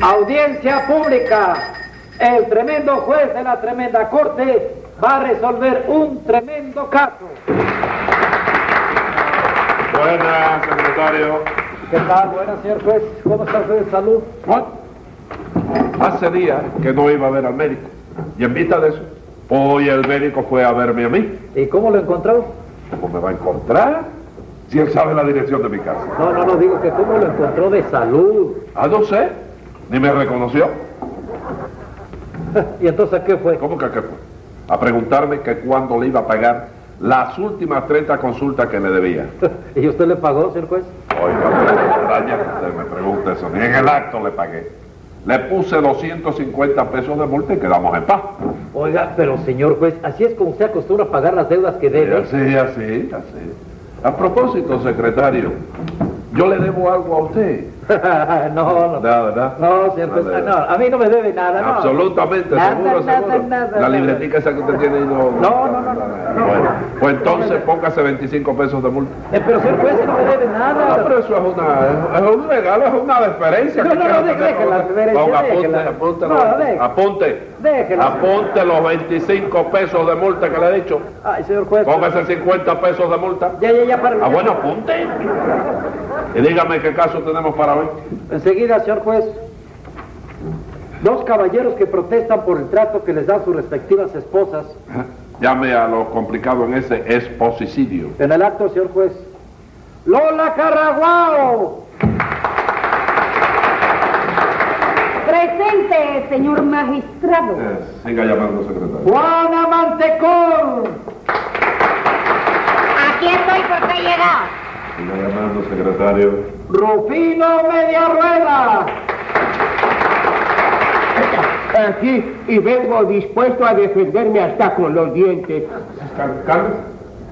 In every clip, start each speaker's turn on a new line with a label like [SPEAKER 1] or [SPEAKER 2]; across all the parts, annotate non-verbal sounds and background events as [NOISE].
[SPEAKER 1] Audiencia pública. El tremendo juez de la tremenda corte va a resolver un tremendo caso.
[SPEAKER 2] Buenas, secretario.
[SPEAKER 1] ¿Qué tal? Buenas, señor juez. ¿Cómo está usted de salud?
[SPEAKER 2] Bueno, Hace días que no iba a ver al médico. Y en vista de eso, hoy el médico fue a verme a mí.
[SPEAKER 1] ¿Y cómo lo encontró?
[SPEAKER 2] ¿Cómo me va a encontrar? Si él sabe la dirección de mi casa.
[SPEAKER 1] No, no, no, digo que cómo lo encontró de salud.
[SPEAKER 2] Ah, no sé. Ni me reconoció.
[SPEAKER 1] ¿Y entonces qué fue?
[SPEAKER 2] ¿Cómo que qué fue? A preguntarme que cuándo le iba a pagar las últimas 30 consultas que me debía.
[SPEAKER 1] [LAUGHS] ¿Y usted le pagó, señor juez?
[SPEAKER 2] Oiga, vaya que usted me pregunta eso. Ni en el acto le pagué. Le puse 250 pesos de multa y quedamos en paz.
[SPEAKER 1] Oiga, pero señor juez, así es como usted acostumbra a pagar las deudas que
[SPEAKER 2] Y
[SPEAKER 1] debe.
[SPEAKER 2] así, así, así. A propósito, secretario, yo le debo algo a usted.
[SPEAKER 1] [LAUGHS] no, no.
[SPEAKER 2] Nada, ¿verdad?
[SPEAKER 1] No, señor juez,
[SPEAKER 2] Nada,
[SPEAKER 1] no,
[SPEAKER 2] ¿verdad?
[SPEAKER 1] a mí no me debe nada, no.
[SPEAKER 2] Absolutamente,
[SPEAKER 1] Nada,
[SPEAKER 2] seguro,
[SPEAKER 1] nada,
[SPEAKER 2] seguro.
[SPEAKER 1] nada,
[SPEAKER 2] la
[SPEAKER 1] nada.
[SPEAKER 2] libretica esa que usted tiene ahí no...
[SPEAKER 1] No, no, no, no, no.
[SPEAKER 2] Bueno, pues entonces póngase 25 pesos de multa.
[SPEAKER 1] Eh, pero señor juez, no me debe nada.
[SPEAKER 2] No, pero eso es, una, es un regalo, es una deferencia.
[SPEAKER 1] No,
[SPEAKER 2] que
[SPEAKER 1] no,
[SPEAKER 2] quiero
[SPEAKER 1] no,
[SPEAKER 2] tener
[SPEAKER 1] déjela,
[SPEAKER 2] con usted.
[SPEAKER 1] déjela,
[SPEAKER 2] Ponga, apunte,
[SPEAKER 1] déjela.
[SPEAKER 2] apunte,
[SPEAKER 1] No,
[SPEAKER 2] los-
[SPEAKER 1] déjela.
[SPEAKER 2] apunte.
[SPEAKER 1] Déjela.
[SPEAKER 2] Apunte los 25 pesos de multa que le he dicho.
[SPEAKER 1] Ay, señor juez.
[SPEAKER 2] Póngase 50 pesos de multa.
[SPEAKER 1] Ya, ya, ya, para.
[SPEAKER 2] Ah, bueno, apunte. Y dígame qué caso tenemos para hoy.
[SPEAKER 1] Enseguida, señor juez. Dos caballeros que protestan por el trato que les dan sus respectivas esposas.
[SPEAKER 2] Llame a lo complicado en ese exposicidio.
[SPEAKER 1] En el acto, señor juez. Lola Carraguao.
[SPEAKER 3] Presente, señor magistrado.
[SPEAKER 2] Eh, siga llamando, secretario.
[SPEAKER 1] Juana Mantecón.
[SPEAKER 3] Aquí estoy porque he [LAUGHS] llegado.
[SPEAKER 2] Siga llamando, secretario.
[SPEAKER 1] Rufino Mediarrueda.
[SPEAKER 4] Aquí y vengo dispuesto a defenderme hasta con los dientes.
[SPEAKER 2] Cal- calma.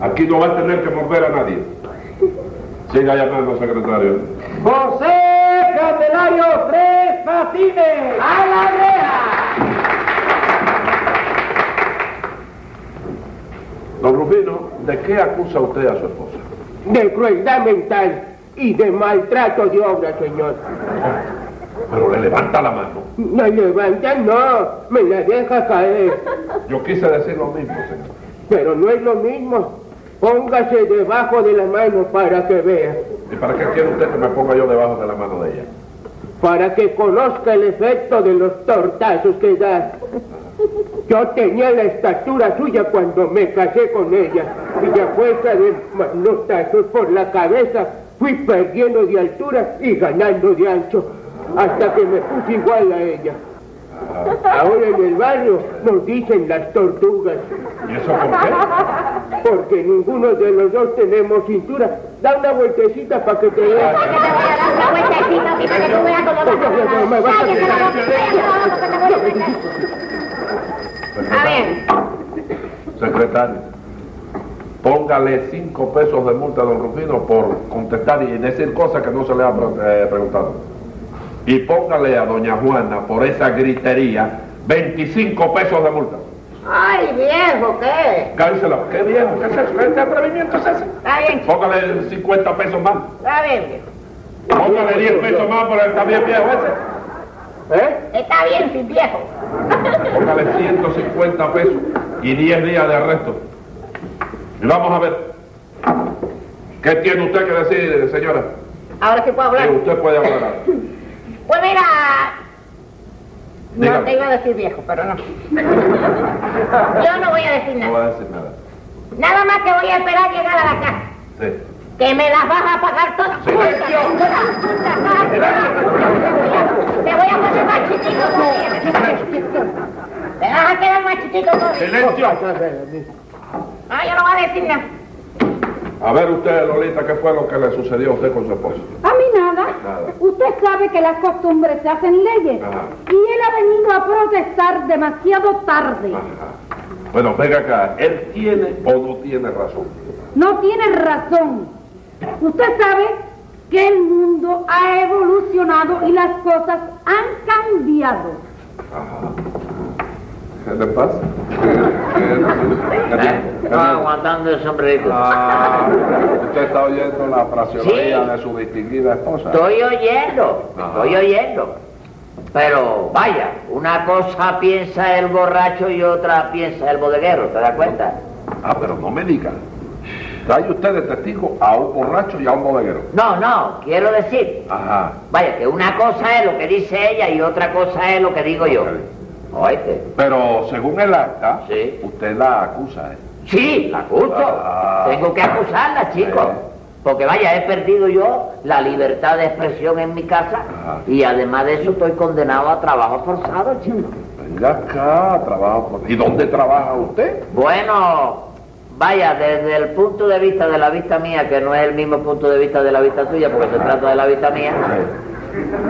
[SPEAKER 2] Aquí no va a tener que mover a nadie. Siga llamando, secretario.
[SPEAKER 1] José Candelario Tres Patines.
[SPEAKER 3] ¡A la reja!
[SPEAKER 2] Don Rufino, ¿de qué acusa usted a su esposa?
[SPEAKER 4] De crueldad mental y de maltrato de obra, señor.
[SPEAKER 2] Pero le levanta la mano.
[SPEAKER 4] No levanta, no, me la deja caer.
[SPEAKER 2] Yo quise decir lo mismo, señor.
[SPEAKER 4] Pero no es lo mismo. Póngase debajo de la mano para que vea,
[SPEAKER 2] ¿Y para qué quiere usted que me ponga yo debajo de la mano de ella?
[SPEAKER 4] para que conozca el efecto de los tortazos que da. Yo tenía la estatura suya cuando me casé con ella y a fuerza de manotazos por la cabeza fui perdiendo de altura y ganando de ancho hasta que me puse igual a ella. Ahora en el barrio nos dicen las tortugas
[SPEAKER 2] ¿Y eso por qué?
[SPEAKER 4] porque ninguno de los dos tenemos cintura. Da una vueltecita para que te
[SPEAKER 3] Porque
[SPEAKER 4] vea.
[SPEAKER 3] te voy a dar una vueltecita así para que tú veas cómo vas a
[SPEAKER 4] Me vas a
[SPEAKER 3] Cállate la boca, cállate la boca, que te voy a sacar. A ver,
[SPEAKER 2] Secretario, póngale cinco pesos de multa a don Rufino por contestar y decir cosas que no se le ha pre- eh, preguntado. Y póngale a doña Juana por esa gritería 25 pesos de multa.
[SPEAKER 3] ay viejo, ¿qué?
[SPEAKER 2] Cállensela. ¿Qué viejo? ¿Qué es eso? ¿Qué atrevimiento es ese?
[SPEAKER 3] Está bien,
[SPEAKER 2] Póngale 50 pesos más.
[SPEAKER 3] está bien, viejo.
[SPEAKER 2] Póngale 10 pesos más por el también viejo ese.
[SPEAKER 4] ¿Eh?
[SPEAKER 3] Está bien, sin viejo.
[SPEAKER 2] Póngale 150 pesos y 10 días de arresto. Y vamos a ver. ¿Qué tiene usted que decir, señora?
[SPEAKER 3] Ahora sí puedo
[SPEAKER 2] Sí,
[SPEAKER 3] hablar.
[SPEAKER 2] usted puede hablar.
[SPEAKER 3] Pues mira, no
[SPEAKER 2] Dígame.
[SPEAKER 3] te iba a decir viejo, pero no. [LAUGHS] Yo no voy a decir
[SPEAKER 2] No
[SPEAKER 3] nada.
[SPEAKER 2] va a decir nada.
[SPEAKER 3] Nada más que voy a esperar llegar a la casa.
[SPEAKER 2] Sí.
[SPEAKER 3] Que me las vas a pagar todas.
[SPEAKER 2] ¡Silencio!
[SPEAKER 3] Todas, todas, todas, todas. Te voy a poner más chiquito todavía. Te vas a quedar más chiquito todavía.
[SPEAKER 2] ¡Silencio!
[SPEAKER 3] Ah, yo no voy a decir nada.
[SPEAKER 2] A ver usted, Lolita, ¿qué fue lo que le sucedió a usted con su esposo?
[SPEAKER 5] A mí nada.
[SPEAKER 2] Nada.
[SPEAKER 5] Usted sabe que las costumbres se hacen leyes.
[SPEAKER 2] Ajá.
[SPEAKER 5] Y él ha venido a protestar demasiado tarde.
[SPEAKER 2] Ajá. Bueno, venga acá. ¿Él tiene o no tiene razón?
[SPEAKER 5] No tiene razón. Usted sabe que el mundo ha evolucionado y las cosas han cambiado.
[SPEAKER 2] ¿Qué le pasa? ¿Qué
[SPEAKER 6] Estaba aguantando ese ridículo.
[SPEAKER 2] Ah, usted está oyendo la fraseología
[SPEAKER 6] Sí.
[SPEAKER 2] de su distinguida esposa.
[SPEAKER 6] Estoy oyendo, estoy oyendo. Pero vaya, una cosa piensa el borracho y otra piensa el bodeguero, ¿te das cuenta?
[SPEAKER 2] Ah, pero no me digan. Trae usted de testigo a un borracho y a un bodeguero.
[SPEAKER 6] No, no, quiero decir,
[SPEAKER 2] Ajá.
[SPEAKER 6] vaya, que una cosa es lo que dice ella y otra cosa es lo que digo yo.
[SPEAKER 2] Ok.
[SPEAKER 6] ¿Oíste?
[SPEAKER 2] Pero según el acta,
[SPEAKER 6] Sí.
[SPEAKER 2] usted la acusa. ¿eh?
[SPEAKER 6] Sí, la acuso.
[SPEAKER 2] Ah.
[SPEAKER 6] Tengo que acusarla, chicos.
[SPEAKER 2] Eh.
[SPEAKER 6] Porque vaya, he perdido yo la libertad de expresión en mi casa
[SPEAKER 2] Ajá.
[SPEAKER 6] y además de eso estoy condenado a trabajo forzado, chicos.
[SPEAKER 2] Venga acá, trabaja por... ¿Y dónde trabaja usted?
[SPEAKER 6] Bueno, vaya, desde el punto de vista de la vista mía, que no es el mismo punto de vista de la vista tuya, porque se trata de la vista mía,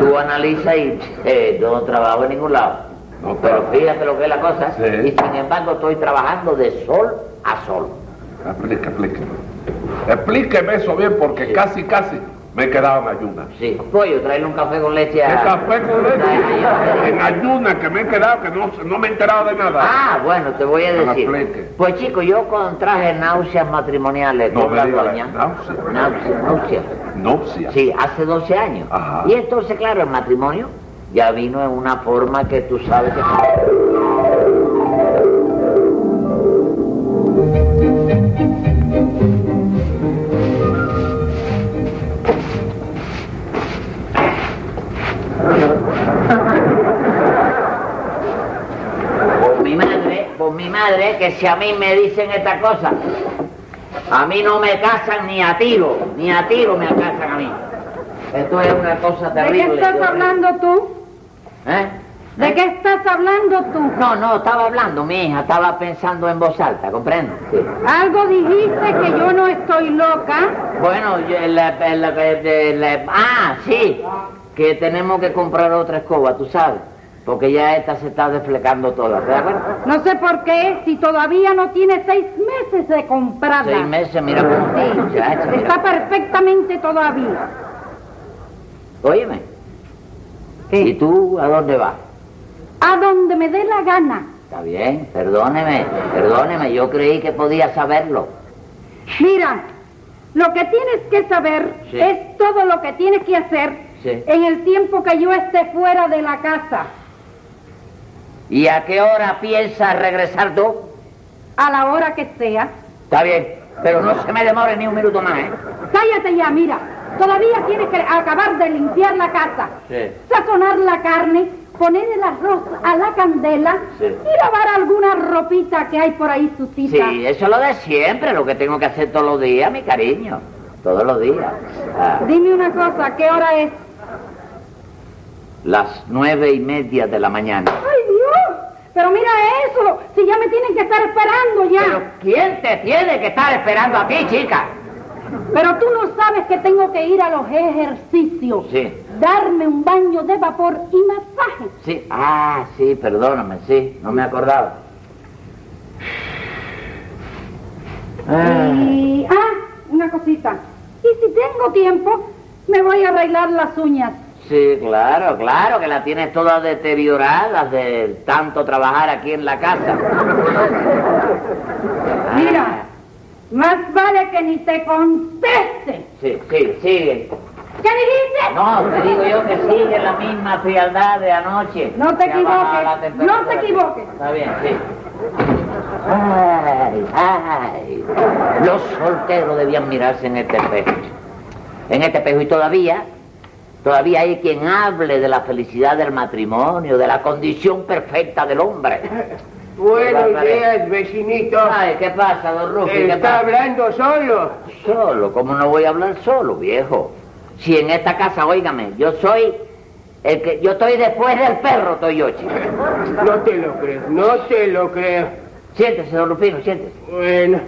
[SPEAKER 6] tú analizas y eh, yo no trabajo en ningún lado.
[SPEAKER 2] No
[SPEAKER 6] Pero
[SPEAKER 2] trabaja.
[SPEAKER 6] fíjate lo que es la cosa,
[SPEAKER 2] Sí.
[SPEAKER 6] y sin embargo estoy trabajando de sol a sol.
[SPEAKER 2] Explique, explíqueme. Explíqueme eso bien porque casi, casi me he quedado en ayunas.
[SPEAKER 6] Sí, pollo, traerle un café con leche a...
[SPEAKER 2] El café con [LAUGHS] leche. En
[SPEAKER 6] Ay, yo-
[SPEAKER 2] ayunas que me he quedado, que no, no me he enterado de nada.
[SPEAKER 6] Ah, bueno, te voy a
[SPEAKER 2] Me la
[SPEAKER 6] decir.
[SPEAKER 2] fleque.
[SPEAKER 6] Pues chico, yo contraje náuseas matrimoniales
[SPEAKER 2] No
[SPEAKER 6] con
[SPEAKER 2] me
[SPEAKER 6] la
[SPEAKER 2] diga,
[SPEAKER 6] doña.
[SPEAKER 2] náuseas.
[SPEAKER 6] Náuseas, náuseas.
[SPEAKER 2] Nupcia.
[SPEAKER 6] Sí, hace 12 años.
[SPEAKER 2] Ajá.
[SPEAKER 6] Y entonces, claro, el matrimonio ya vino en una forma que tú sabes que... Por mi madre, por mi madre, que si a mí me dicen esta cosa, a mí no me casan ni a tiro, ni a tiro me casan a mí. Esto es una cosa
[SPEAKER 5] ¿De
[SPEAKER 6] terrible. eh.
[SPEAKER 5] qué estás
[SPEAKER 6] Dios mío.
[SPEAKER 5] hablando tú?
[SPEAKER 6] ¿Eh?
[SPEAKER 5] ¿De qué estás hablando tú?
[SPEAKER 6] No, no, estaba hablando, mi hija, estaba pensando en voz alta, ¿comprendo? Sí.
[SPEAKER 5] Algo dijiste que yo no estoy loca.
[SPEAKER 6] Bueno, yo- la- la- la- la- ah, sí, que tenemos que comprar otra escoba, tú sabes, porque ya esta se está desflecando toda, ¿te das cuenta?
[SPEAKER 5] No sé por qué, si todavía no tiene seis meses de comprarla.
[SPEAKER 6] Seis meses, mira cómo está, muchacha,
[SPEAKER 5] [LAUGHS]
[SPEAKER 6] mira.
[SPEAKER 5] Está perfectamente todavía.
[SPEAKER 6] Óyeme, ¿y tú a dónde vas?
[SPEAKER 5] A donde me dé la gana.
[SPEAKER 6] Está bien, perdóneme, perdóneme, yo creí que podía saberlo.
[SPEAKER 5] Mira, lo que tienes que saber
[SPEAKER 6] Sí.
[SPEAKER 5] es todo lo que tienes que hacer
[SPEAKER 6] Sí.
[SPEAKER 5] en el tiempo que yo esté fuera de la casa.
[SPEAKER 6] ¿Y a qué hora piensas regresar tú?
[SPEAKER 5] A la hora que sea.
[SPEAKER 6] Está bien, pero no se me demore ni un minuto más, ¿eh?
[SPEAKER 5] Cállate ya, mira. Todavía tienes que acabar de limpiar la casa.
[SPEAKER 6] Sí.
[SPEAKER 5] Sazonar la carne, poner el arroz a la candela
[SPEAKER 6] Sí.
[SPEAKER 5] y lavar alguna ropita que hay por ahí sucita.
[SPEAKER 6] Sí, eso es lo de siempre, lo que tengo que hacer todos los días, mi cariño. Todos los días. Ah,
[SPEAKER 5] Dime una cosa, ¿qué hora es?
[SPEAKER 6] las nueve y media de la mañana.
[SPEAKER 5] ¡Ay, Dios! Pero mira eso, si ya me tienen que estar esperando ya.
[SPEAKER 6] Pero ¿quién te tiene que estar esperando a ti, chica?
[SPEAKER 5] Pero tú no sabes que tengo que ir a los ejercicios.
[SPEAKER 6] Sí.
[SPEAKER 5] Darme un baño de vapor y masaje.
[SPEAKER 6] Sí, ah, sí, perdóname, sí, no me acordaba. Ah,
[SPEAKER 5] Y, ah, una cosita. Y si tengo tiempo, me voy a arreglar las uñas.
[SPEAKER 6] sí, claro, claro, que la tienes toda deteriorada de tanto trabajar aquí en la casa. Ah,
[SPEAKER 5] Mira, más vale que ni te conteste.
[SPEAKER 6] Sí, sí, sigue.
[SPEAKER 5] ¿Qué dijiste?
[SPEAKER 6] No, te digo yo que sigue la misma frialdad de anoche.
[SPEAKER 5] No te
[SPEAKER 6] Se ha bajado la
[SPEAKER 5] equivoques,
[SPEAKER 6] temperatura.
[SPEAKER 5] no te equivoques.
[SPEAKER 6] Está bien, sí. Ay, ay. Los solteros debían mirarse en este espejo. En este espejo y todavía, todavía hay quien hable de la felicidad del matrimonio, de la condición perfecta del hombre.
[SPEAKER 4] Buenos días, vecinito.
[SPEAKER 6] Ay, ¿qué pasa, don Rufi? ¿Qué
[SPEAKER 4] ¿Está
[SPEAKER 6] pasa?
[SPEAKER 4] hablando solo?
[SPEAKER 6] Solo, ¿cómo no voy a hablar solo, viejo? Si en esta casa, óigame, yo soy el que yo estoy después del perro, estoy yo, chico.
[SPEAKER 4] No te lo creo, no te lo creo.
[SPEAKER 6] Siéntese, don Lupino, siéntese.
[SPEAKER 4] Bueno,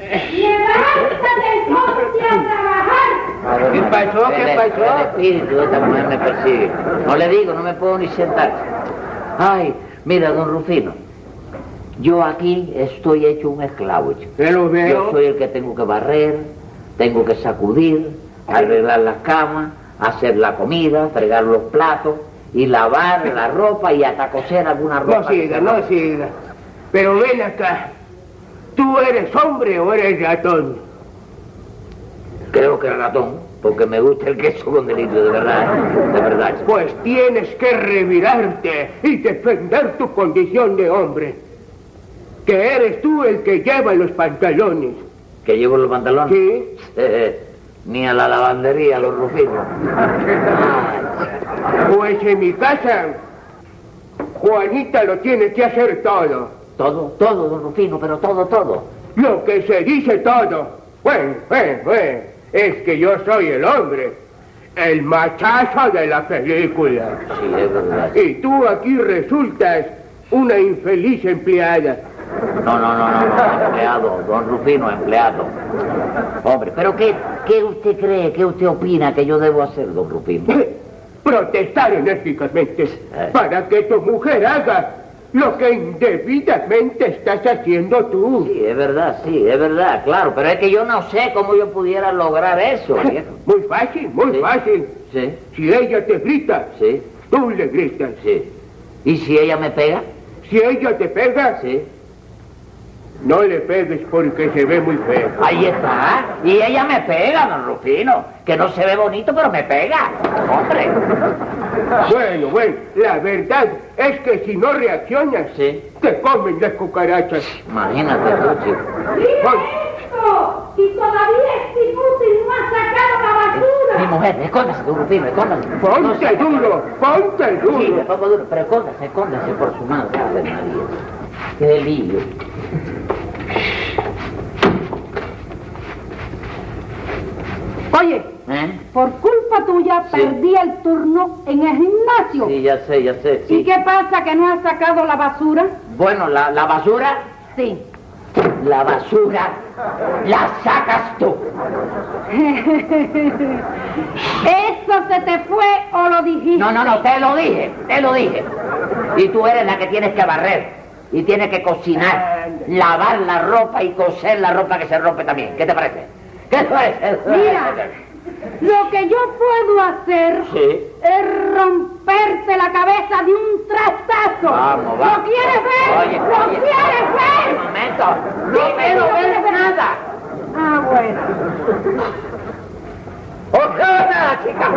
[SPEAKER 5] ¡Levántate entonces a trabajar!
[SPEAKER 4] ¿Qué pasó? ¿Qué
[SPEAKER 6] El- el-
[SPEAKER 4] pasó?
[SPEAKER 6] El espíritu de esta mujer me persigue. No le digo, no me puedo ni sentar. Ay, mira, don Rufino, yo aquí estoy hecho un esclavo, chico.
[SPEAKER 4] te lo
[SPEAKER 6] Yo
[SPEAKER 4] veo.
[SPEAKER 6] soy el que tengo que barrer, tengo que sacudir, arreglar las camas, hacer la comida, fregar los platos y lavar
[SPEAKER 4] [LAUGHS]
[SPEAKER 6] la ropa y hasta coser alguna ropa.
[SPEAKER 4] No
[SPEAKER 6] que
[SPEAKER 4] siga,
[SPEAKER 6] se
[SPEAKER 4] no
[SPEAKER 6] rompa.
[SPEAKER 4] siga. Pero ven acá. ¿Tú eres hombre o eres ratón?
[SPEAKER 6] Creo que ratón, porque me gusta el queso con delirio, de verdad, de verdad. chico.
[SPEAKER 4] Pues tienes que revirarte y defender tu condición de hombre. Que eres tú el que lleva los pantalones.
[SPEAKER 6] ¿Que llevo los pantalones? [LAUGHS]
[SPEAKER 4] Sí.
[SPEAKER 6] Ni a la lavandería, a los rufinos.
[SPEAKER 4] Pues en mi casa, Juanita lo tiene que hacer todo.
[SPEAKER 6] Todo, todo, don Rufino, pero todo, todo.
[SPEAKER 4] Lo que se dice todo. Bueno, bueno, bueno, es que yo soy el hombre. El machazo de la película.
[SPEAKER 6] Sí, es verdad.
[SPEAKER 4] Y tú aquí resultas una infeliz empleada. [LAUGHS]
[SPEAKER 6] No, no, no, no, no, empleado, don Rufino, empleado. Hombre, pero ¿qué, qué usted cree, qué usted opina que yo debo hacer, don Rufino?
[SPEAKER 4] Protestar enérgicamente
[SPEAKER 6] Eh.
[SPEAKER 4] para que tu mujer haga lo que indebidamente estás haciendo tú.
[SPEAKER 6] Sí, es verdad, sí, es verdad, claro, pero es que yo no sé cómo yo pudiera lograr eso, viejo.
[SPEAKER 4] Muy fácil, muy
[SPEAKER 6] Sí.
[SPEAKER 4] fácil.
[SPEAKER 6] Sí,
[SPEAKER 4] Si ella te grita,
[SPEAKER 6] sí,
[SPEAKER 4] tú le gritas.
[SPEAKER 6] sí. ¿Y si ella me pega?
[SPEAKER 4] Si ella te pega,
[SPEAKER 6] Sí.
[SPEAKER 4] no le pegues porque se ve muy feo.
[SPEAKER 6] Ahí está. ¿eh? Y ella me pega, don Rufino. Que no se ve bonito, pero me pega. Hombre. Ah.
[SPEAKER 4] Bueno, bueno, la verdad es que si no reaccionas,
[SPEAKER 6] Sí.
[SPEAKER 4] te comen las cucarachas.
[SPEAKER 6] Imagínate tú, chico.
[SPEAKER 5] ¡Mira esto! ¡Si todavía este inútil no ha sacado la basura!
[SPEAKER 6] Mi mujer, escóndase, don Rufino, escóndase. No
[SPEAKER 4] Ponte
[SPEAKER 6] se-
[SPEAKER 4] duro, ponte
[SPEAKER 6] Sí,
[SPEAKER 4] duro.
[SPEAKER 6] le pongo duro, pero escóndase, escóndase por su madre, Ave María. Qué lío.
[SPEAKER 5] Oye,
[SPEAKER 6] ¿Eh?
[SPEAKER 5] por culpa tuya
[SPEAKER 6] Sí.
[SPEAKER 5] perdí el turno en el gimnasio.
[SPEAKER 6] Sí, ya sé, ya sé,
[SPEAKER 5] ¿Y
[SPEAKER 6] sí.
[SPEAKER 5] qué pasa que no has sacado la basura?
[SPEAKER 6] Bueno, la, la basura,
[SPEAKER 5] Sí.
[SPEAKER 6] la basura, la sacas tú.
[SPEAKER 5] ¿Eso se te fue o lo dijiste?
[SPEAKER 6] No, no, no, te lo dije, te lo dije. Y tú eres la que tienes que barrer. Y tienes que cocinar, lavar la ropa y coser la ropa que se rompe también. ¿Qué te parece? ¿Qué te parece?
[SPEAKER 5] Mira, lo que yo puedo hacer
[SPEAKER 6] Sí.
[SPEAKER 5] es romperte la cabeza de un trastazo.
[SPEAKER 6] Vamos, vamos.
[SPEAKER 5] ¿Lo quieres ver?
[SPEAKER 6] Oye,
[SPEAKER 5] ¿Lo
[SPEAKER 6] oye.
[SPEAKER 5] quieres
[SPEAKER 6] Un
[SPEAKER 5] ver?
[SPEAKER 6] momento, no me
[SPEAKER 5] Dímelo,
[SPEAKER 6] lo ves
[SPEAKER 5] dímelo.
[SPEAKER 6] nada.
[SPEAKER 5] Ah, bueno.
[SPEAKER 6] ¡Ojana, chica!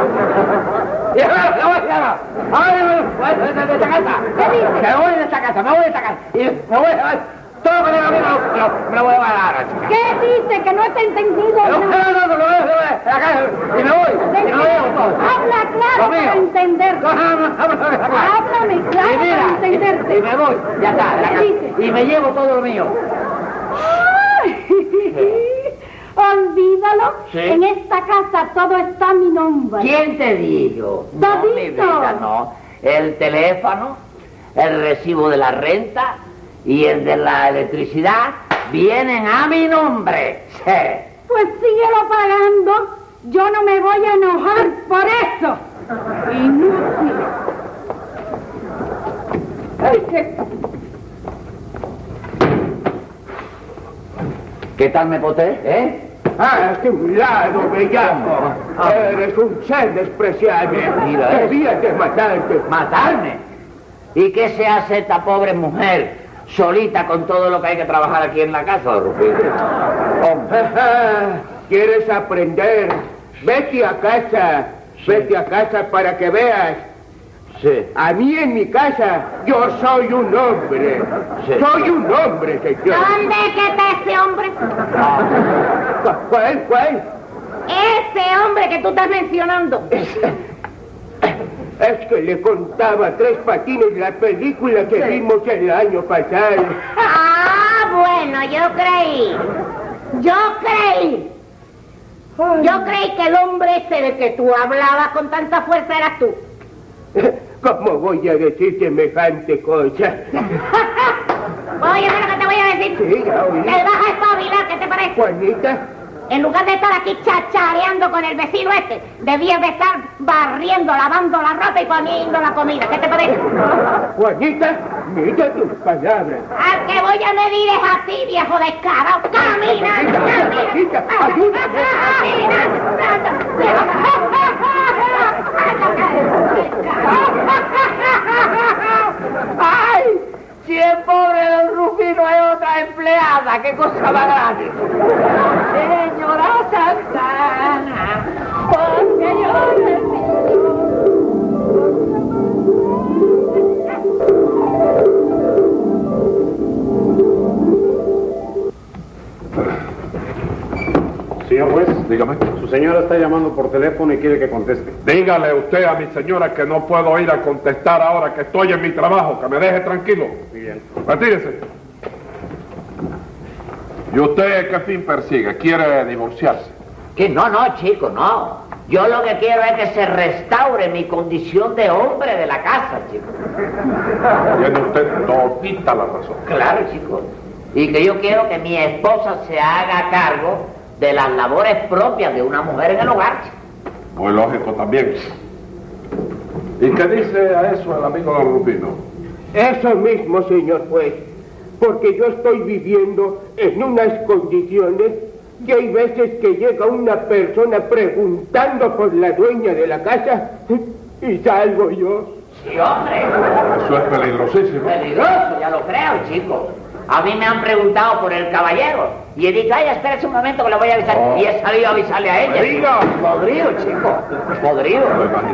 [SPEAKER 6] ¡Ya va, ya va, ya va! ¡Ay, me voy de esta casa!
[SPEAKER 5] ¿Qué dices?
[SPEAKER 6] ¡Me voy de esta casa, me voy de esta casa! ¡Y me voy a llevar todo lo que tengo aquí, me lo- me lo- me lo voy a llevar ahora, chica!
[SPEAKER 5] ¿Qué dice que no te he entendido
[SPEAKER 6] ¡Me lo voy a
[SPEAKER 5] nada?
[SPEAKER 6] llevar, me lo voy a llevar a la casa y me voy! ¡Y me lo llevo todo!
[SPEAKER 5] Habla claro
[SPEAKER 6] Lo mío.
[SPEAKER 5] para entender.
[SPEAKER 6] ¡Cójame, vámonos de esta casa!
[SPEAKER 5] Háblame claro
[SPEAKER 6] Y
[SPEAKER 5] para
[SPEAKER 6] mira, y, y
[SPEAKER 5] entenderte.
[SPEAKER 6] me voy, ya está, de la
[SPEAKER 5] ¿Qué
[SPEAKER 6] casa.
[SPEAKER 5] dices?
[SPEAKER 6] Y me llevo todo lo mío.
[SPEAKER 5] Ay, Olvídalo.
[SPEAKER 6] Sí.
[SPEAKER 5] En esta casa todo está a mi nombre.
[SPEAKER 6] ¿Quién te dijo? No,
[SPEAKER 5] Todito.
[SPEAKER 6] mi vida, no. El teléfono, el recibo de la renta y el de la electricidad vienen a mi nombre. Sí.
[SPEAKER 5] Pues síguelo pagando. Yo no me voy a enojar por eso. Inútil. Ay, qué-
[SPEAKER 6] ¿Qué tal me poté? ¿Eh?
[SPEAKER 4] Hazte un lado, Ah, bellaco.
[SPEAKER 6] Ah.
[SPEAKER 4] Eres un ser despreciable.
[SPEAKER 6] Mira, eh.
[SPEAKER 4] Debías de matarte.
[SPEAKER 6] ¿Matarme? ¿Y qué se hace esta pobre mujer solita con todo lo que hay que trabajar aquí en la casa, Rufino? Hombre.
[SPEAKER 4] [LAUGHS] ¿Quieres aprender? Vete a casa. Vete a casa para que veas.
[SPEAKER 6] Sí.
[SPEAKER 4] A mí en mi casa, yo soy un hombre.
[SPEAKER 6] Sí.
[SPEAKER 4] Soy un hombre, señor.
[SPEAKER 3] ¿Dónde es que está ese hombre?
[SPEAKER 4] ¿Cu- ¿Cuál, cuál?
[SPEAKER 3] Ese hombre que tú estás mencionando.
[SPEAKER 4] Es que le contaba a tres patines la película que vimos el año pasado.
[SPEAKER 3] Ah, bueno, yo creí. Yo creí. Yo creí que el hombre ese del que tú hablabas con tanta fuerza eras tú.
[SPEAKER 4] ¿Cómo voy a decir semejante cosa?
[SPEAKER 3] Oye, ¿sabes lo que te voy a decir?
[SPEAKER 4] Sí, ya Pues. oí.
[SPEAKER 3] Te vas a espabilar, ¿qué te parece?
[SPEAKER 4] Juanita,
[SPEAKER 3] En lugar de estar aquí chachareando con el vecino este, debías de estar barriendo, lavando la ropa y poniendo la comida. ¿Qué te parece?
[SPEAKER 4] Juanita, mira tus palabras.
[SPEAKER 3] Al que voy a medir es a ti, viejo descarado. Camina, camina.
[SPEAKER 4] Juanita, ayúdame.
[SPEAKER 3] Camina, anda, viejo.
[SPEAKER 6] ¡Ay! Si el pobre don Rufino es otra empleada, qué cosa más grande. Señora Santana, por
[SPEAKER 7] Señor juez,
[SPEAKER 2] Dígame.
[SPEAKER 7] su señora está llamando por teléfono y quiere que conteste.
[SPEAKER 2] Dígale usted a mi señora que no puedo ir a contestar ahora que estoy en mi trabajo, que me deje tranquilo.
[SPEAKER 7] Muy bien.
[SPEAKER 2] Retírese. ¿Y usted qué fin persigue? ¿Quiere divorciarse?
[SPEAKER 6] Que no, no, chico, no. Yo lo que quiero es que se restaure mi condición de hombre de la casa, chico.
[SPEAKER 2] Tiene usted todita la razón.
[SPEAKER 6] Claro, chico. Y que yo quiero que mi esposa se haga cargo de las labores propias de una mujer en el hogar, chico.
[SPEAKER 2] Muy lógico también. ¿Y qué dice a eso el amigo de Rubino?
[SPEAKER 4] Eso mismo, señor juez, porque yo estoy viviendo en unas condiciones que hay veces que llega una persona preguntando por la dueña de la casa y salgo yo.
[SPEAKER 6] Sí, hombre.
[SPEAKER 2] Eso es peligrosísimo.
[SPEAKER 6] Peligroso, ya lo creo, chico. A mí me han preguntado por el caballero. Y he dicho, ay, espérese un momento que le voy a avisar.
[SPEAKER 2] Oh.
[SPEAKER 6] Y he salido a avisarle a ella.
[SPEAKER 2] Me diga.
[SPEAKER 6] Podrido, chico. Podrido.
[SPEAKER 2] Me lo imagino.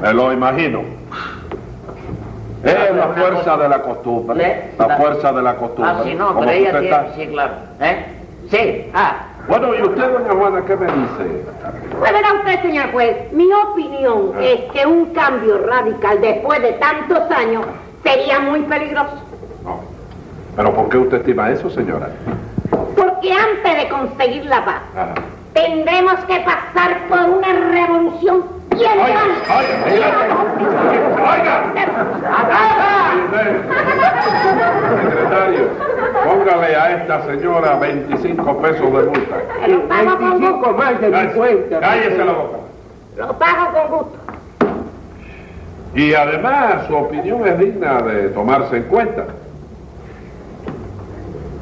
[SPEAKER 2] Me lo imagino. Es la fuerza de la costumbre.
[SPEAKER 6] Le-
[SPEAKER 2] La fuerza de la costumbre.
[SPEAKER 6] Ah, sí, no,
[SPEAKER 2] Como
[SPEAKER 6] pero ella
[SPEAKER 2] usted
[SPEAKER 6] tiene...
[SPEAKER 2] está.
[SPEAKER 6] Sí, claro. ¿Eh? Sí, ah.
[SPEAKER 2] Bueno, ¿y usted, doña Juana, qué me dice?
[SPEAKER 3] Pues verá usted, señor juez, mi opinión
[SPEAKER 2] Ah.
[SPEAKER 3] es que un cambio radical después de tantos años sería muy peligroso.
[SPEAKER 2] No. ¿Pero por qué usted estima eso, señora?
[SPEAKER 3] Porque antes de conseguir la paz,
[SPEAKER 2] Ajá.
[SPEAKER 3] tendremos que pasar por una revolución
[SPEAKER 2] ¡Oiga!
[SPEAKER 3] violenta.
[SPEAKER 2] ¡Oiga! ¡Oiga! Secretario, póngale a esta señora 25 pesos de multa.
[SPEAKER 3] Lo pago con gusto,
[SPEAKER 4] 25 más de mi
[SPEAKER 1] pues.
[SPEAKER 4] cuenta.
[SPEAKER 2] Cállese la boca.
[SPEAKER 3] lo pago con gusto.
[SPEAKER 2] Y además, su opinión es digna de tomarse en cuenta.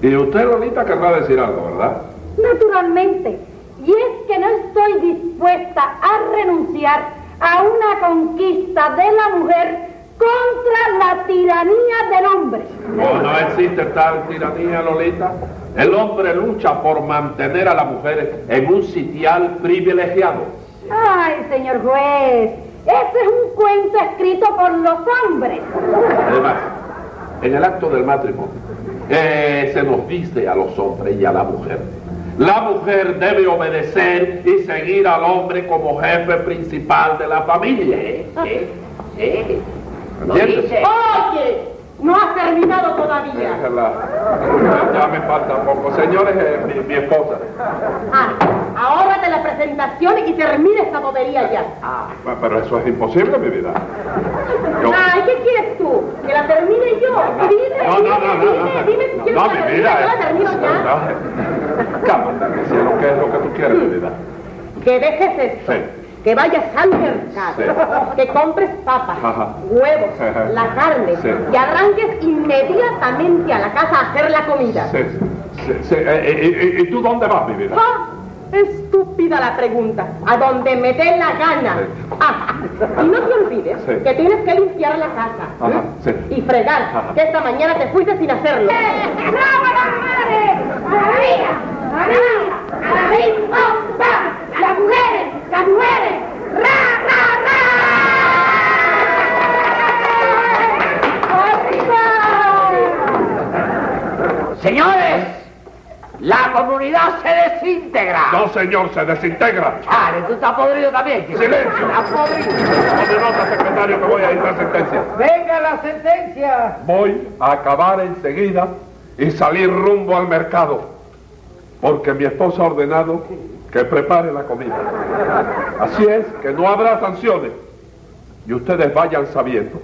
[SPEAKER 2] Y usted, Lolita, querrá decir algo, ¿verdad?
[SPEAKER 5] Naturalmente. Y es que no estoy dispuesta a renunciar a una conquista de la mujer contra la tiranía del hombre.
[SPEAKER 2] No, Oh, no existe tal tiranía, Lolita. El hombre lucha por mantener a la mujer en un sitial privilegiado.
[SPEAKER 5] Ay, señor juez, ese es un cuento escrito por los hombres.
[SPEAKER 2] Además, en el acto del matrimonio, eh, se nos dice a los hombres y a la mujer, la mujer debe obedecer y seguir al hombre como jefe principal de la familia.
[SPEAKER 6] Sí, sí, sí. Eh, Lo
[SPEAKER 2] ¿Entiendes?
[SPEAKER 6] dice.
[SPEAKER 5] Oye, no has terminado todavía.
[SPEAKER 2] Déjela. Ya me falta poco. Señores, eh, mi, mi esposa.
[SPEAKER 5] Ah, ahora de la presentación y que termine esta bobería ya.
[SPEAKER 2] Bueno, Pero eso es imposible, mi vida. Yo-
[SPEAKER 5] Ay, ¿qué quieres tú? ¿Que la termine yo? Dime,
[SPEAKER 2] No, no, no,
[SPEAKER 5] dime,
[SPEAKER 2] no, no.
[SPEAKER 5] dime, dime si quieres
[SPEAKER 2] No, eh.
[SPEAKER 5] que
[SPEAKER 2] mi
[SPEAKER 5] la termine.
[SPEAKER 2] vida.
[SPEAKER 5] Yo la termino ya.
[SPEAKER 2] Cámara, que sea lo que es lo que tú quieres, mi vida.
[SPEAKER 5] Que dejes esto.
[SPEAKER 2] Sí.
[SPEAKER 5] Que vayas al mercado,
[SPEAKER 2] Sí.
[SPEAKER 5] que compres papas,
[SPEAKER 2] Ajá.
[SPEAKER 5] huevos,
[SPEAKER 2] Ajá.
[SPEAKER 5] la carne
[SPEAKER 2] Sí.
[SPEAKER 5] y arranques inmediatamente a la casa a hacer la comida.
[SPEAKER 2] Sí, sí, sí, eh, y- y- y tú dónde vas, mi vida?
[SPEAKER 5] ¡Ah! Estúpida la pregunta. A donde me dé la gana.
[SPEAKER 2] Sí.
[SPEAKER 5] Ah, y no te olvides
[SPEAKER 2] Sí.
[SPEAKER 5] que tienes que limpiar la casa.
[SPEAKER 2] Ajá,
[SPEAKER 5] ¿m?
[SPEAKER 2] sí.
[SPEAKER 5] Y fregar,
[SPEAKER 2] Ajá.
[SPEAKER 5] que esta mañana te fuiste sin hacerlo.
[SPEAKER 3] ¡Bravo las madres! ¡A la vida! ¡A la vida! ¡A la vida! ¡A las mujeres! ¡Las mujeres! ¡Ra, ra, ra!
[SPEAKER 6] Señores, la comunidad se desintegra. Ah,
[SPEAKER 2] No, señor, se desintegra.
[SPEAKER 6] Chale, tú estás podrido también, chico.
[SPEAKER 2] Silencio.
[SPEAKER 6] Estás podrido.
[SPEAKER 2] Tome nota, secretario, que voy a dictar sentencia.
[SPEAKER 1] ¡Venga la sentencia!
[SPEAKER 2] Voy a acabar enseguida y salir rumbo al mercado. Porque mi esposa ha ordenado que prepare la comida. Así es, que no habrá sanciones. Y ustedes vayan sabiendo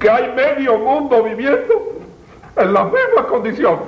[SPEAKER 2] que hay medio mundo viviendo en la misma condición.